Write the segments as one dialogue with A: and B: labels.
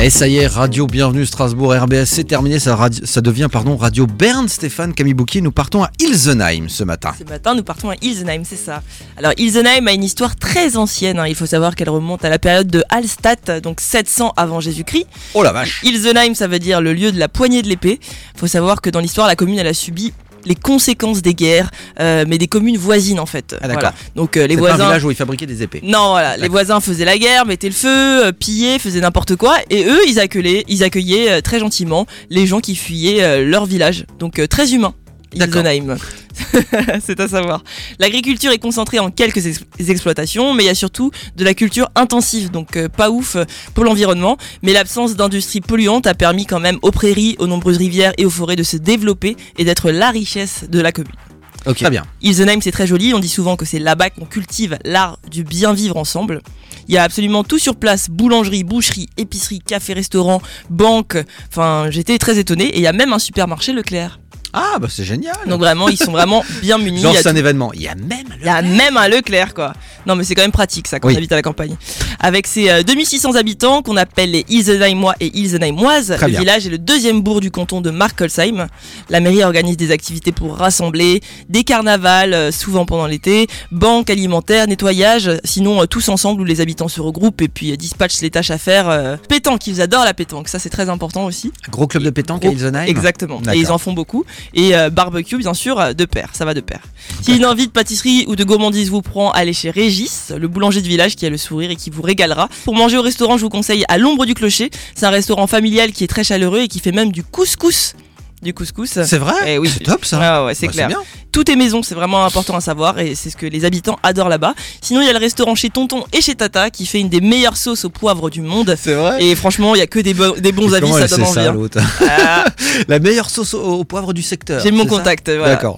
A: Et ça y est, Radio Bienvenue Strasbourg, RBS, c'est terminé, ça, radio- ça devient pardon, Radio Berne, Stéphane, Camille Bouquier, nous partons à Ilsenheim ce matin.
B: Ce matin, nous partons à Ilsenheim, c'est ça. Alors, Ilsenheim a une histoire très ancienne. hein. Il faut savoir qu'elle remonte à la période de Hallstatt, donc 700 avant Jésus-Christ.
A: Oh la vache
B: Ilsenheim, ça veut dire le lieu de la poignée de l'épée. Il faut savoir que dans l'histoire, la commune, elle a subi les conséquences des guerres, euh, mais des communes voisines en fait.
A: Ah, d'accord.
B: Voilà. Donc euh, les
A: C'est pas un
B: voisins.
A: village où ils fabriquaient des épées.
B: Non, voilà, les
A: D'accord.
B: voisins faisaient la guerre, mettaient le feu, euh, pillaient, faisaient n'importe quoi, et eux, ils accueillaient, ils accueillaient euh, très gentiment les gens qui fuyaient euh, leur village. Donc euh, très humain.
A: D'accord.
B: Ilsenheim. C'est à savoir. L'agriculture est concentrée en quelques ex- exploitations, mais il y a surtout de la culture intensive, donc euh, pas ouf euh, pour l'environnement. Mais l'absence d'industrie polluante a permis quand même aux prairies, aux nombreuses rivières et aux forêts de se développer et d'être la richesse de la commune.
A: Ok. Très bien.
B: Ilsenheim, c'est très joli. On dit souvent que c'est là-bas qu'on cultive l'art du bien vivre ensemble. Il y a absolument tout sur place boulangerie, boucherie, épicerie, café, restaurant, banque. Enfin, j'étais très étonnée. Et il y a même un supermarché Leclerc.
A: Ah bah c'est génial
B: Donc vraiment, ils sont vraiment bien munis.
A: Genre
B: Il y a
A: c'est un événement. Il y a même le-
B: il y a même un Leclerc, quoi. Non, mais c'est quand même pratique, ça, quand
A: Oui.
B: on habite à la campagne. Avec ses euh, 2600 habitants, qu'on appelle les Isenheimois et Isenheimoises,
A: Très
B: le
A: bien.
B: village est le deuxième bourg du canton de Markolsheim. La mairie organise des activités pour rassembler, des carnavals, euh, souvent pendant l'été, banques alimentaires, nettoyage, sinon euh, tous ensemble où les habitants se regroupent et puis euh, dispatchent les tâches à faire. euh, pétanque, ils adorent la pétanque, ça c'est très important aussi.
A: Un gros club de pétanque à
B: Gros-
A: Ilsenheim.
B: Exactement.
A: D'accord.
B: Et ils en font beaucoup. Et euh, barbecue, bien sûr, euh, de pair. Ça va de pair. Si une envie de pâtisserie ou de gourmandise vous prend, allez chez Régis, le boulanger de village qui a le sourire et qui vous régalera. Pour manger au restaurant, je vous conseille à l'ombre du clocher. C'est un restaurant familial qui est très chaleureux et qui fait même du couscous. Du couscous.
A: C'est vrai
B: Eh oui.
A: C'est top ça.
B: Ouais, ouais, ouais, c'est
A: Bah,
B: clair.
A: bien.
B: Tout est maison, c'est vraiment important à savoir et c'est ce que les habitants adorent là-bas. Sinon, il y a le restaurant chez Tonton et chez Tata qui fait une des meilleures sauces au poivre du monde.
A: C'est vrai.
B: Et franchement, il y a que des, bo- des bons
A: Et
B: avis,
A: comment
B: ça
A: elle
B: donne
A: sait
B: envie. hein.
A: l'autre
B: Ah,
A: La meilleure sauce au, au poivre du secteur.
B: J'ai mon
A: c'est ça
B: contact, voilà.
A: D'accord.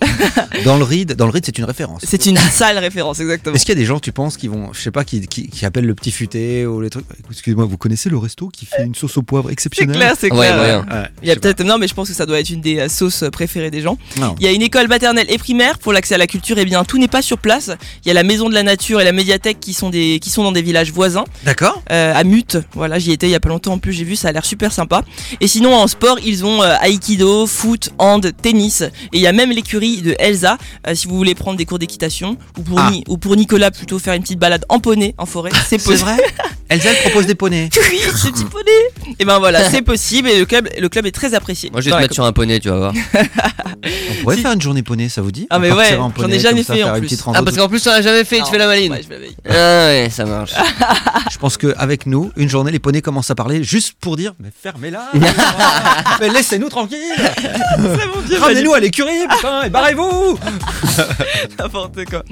A: Dans le ride, dans le ride, c'est une référence.
B: C'est une sale référence, exactement.
A: Est-ce qu'il y a des gens, tu penses, qui vont, je sais pas, qui, qui, qui appellent le petit futé ou les trucs Excusez-moi, vous connaissez le resto qui fait une sauce au poivre
B: C'est
A: exceptionnelle
B: clair, c'est
C: Ouais,
B: clair.
C: moyen.
A: Ouais,
B: Il y a
A: je sais
B: peut-être non mais je pense que ça doit être une des euh, sauces préférées des gens.
A: pas. Non.
B: Il y a une école maternelle et primaire pour l'accès à la culture et bien tout n'est pas sur place. Il y a la maison de la nature et la médiathèque qui sont des qui sont dans des villages voisins
A: D'accord.
B: euh, à Mute. Voilà, j'y étais il y a pas longtemps en plus, j'ai vu ça a l'air super sympa. Et sinon en sport, ils ont euh, aikido, foot, hand, tennis et il y a même l'écurie de Elsa euh, si vous voulez prendre des cours d'équitation ou pour
A: Ah.
B: Ni- ou pour Nicolas plutôt faire une petite balade en poney en forêt, c'est
A: C'est
B: possible.
A: vrai. Elsa elle propose des poneys.
B: Oui, ce petit poney. Et ben voilà, c'est possible et le club, le club est très apprécié.
C: Moi, je vais
B: Dans
C: te
B: la
C: mettre sur un poney, tu vas voir.
A: On pourrait
B: Si.
A: faire une journée poney, ça vous dit
B: Ah, mais
A: On partirait
B: ouais,
A: en
B: j'en ai
A: poney,
B: jamais
A: comme ça,
B: fait,
A: faire
B: en
A: une
B: plus.
A: petite rando.
C: Ah, parce qu'en plus, t'en as jamais fait, tu
B: Non,
C: fais la maline.
B: ouais, je l'avais.
C: Ah, ouais, ça marche.
A: Je pense qu'avec nous, une journée, les poneys commencent à parler juste pour dire Mais fermez-la Mais laissez-nous tranquille Ramenez-nous à l'écurie, putain, et barrez-vous
B: N'importe quoi.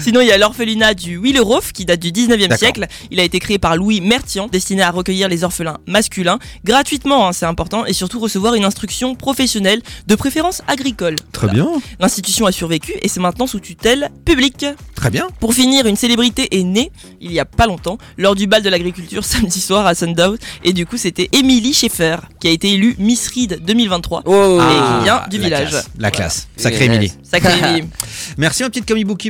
B: Sinon, il y a l'orphelinat du Willerhof qui date du 19e
A: D'accord.
B: siècle. Il a été créé par Louis Mertian, destiné à recueillir les orphelins masculins gratuitement, hein, c'est important, et surtout recevoir une instruction professionnelle, de préférence agricole.
A: Très
B: Voilà.
A: bien,
B: L'institution a survécu et c'est maintenant sous tutelle publique.
A: très bien.
B: Pour finir, une célébrité est née il y a pas longtemps lors du bal de l'agriculture samedi soir à Sundown et du coup c'était Émilie Schaeffer qui a été élue Miss Reed 2023.
C: Oh.
B: Ah. vient du
A: la
B: village.
A: classe, La
B: Voilà.
A: classe, sacrée
C: Yes.
A: Émilie.
B: Sacré Émilie.
A: Merci ma petite Camille Bouki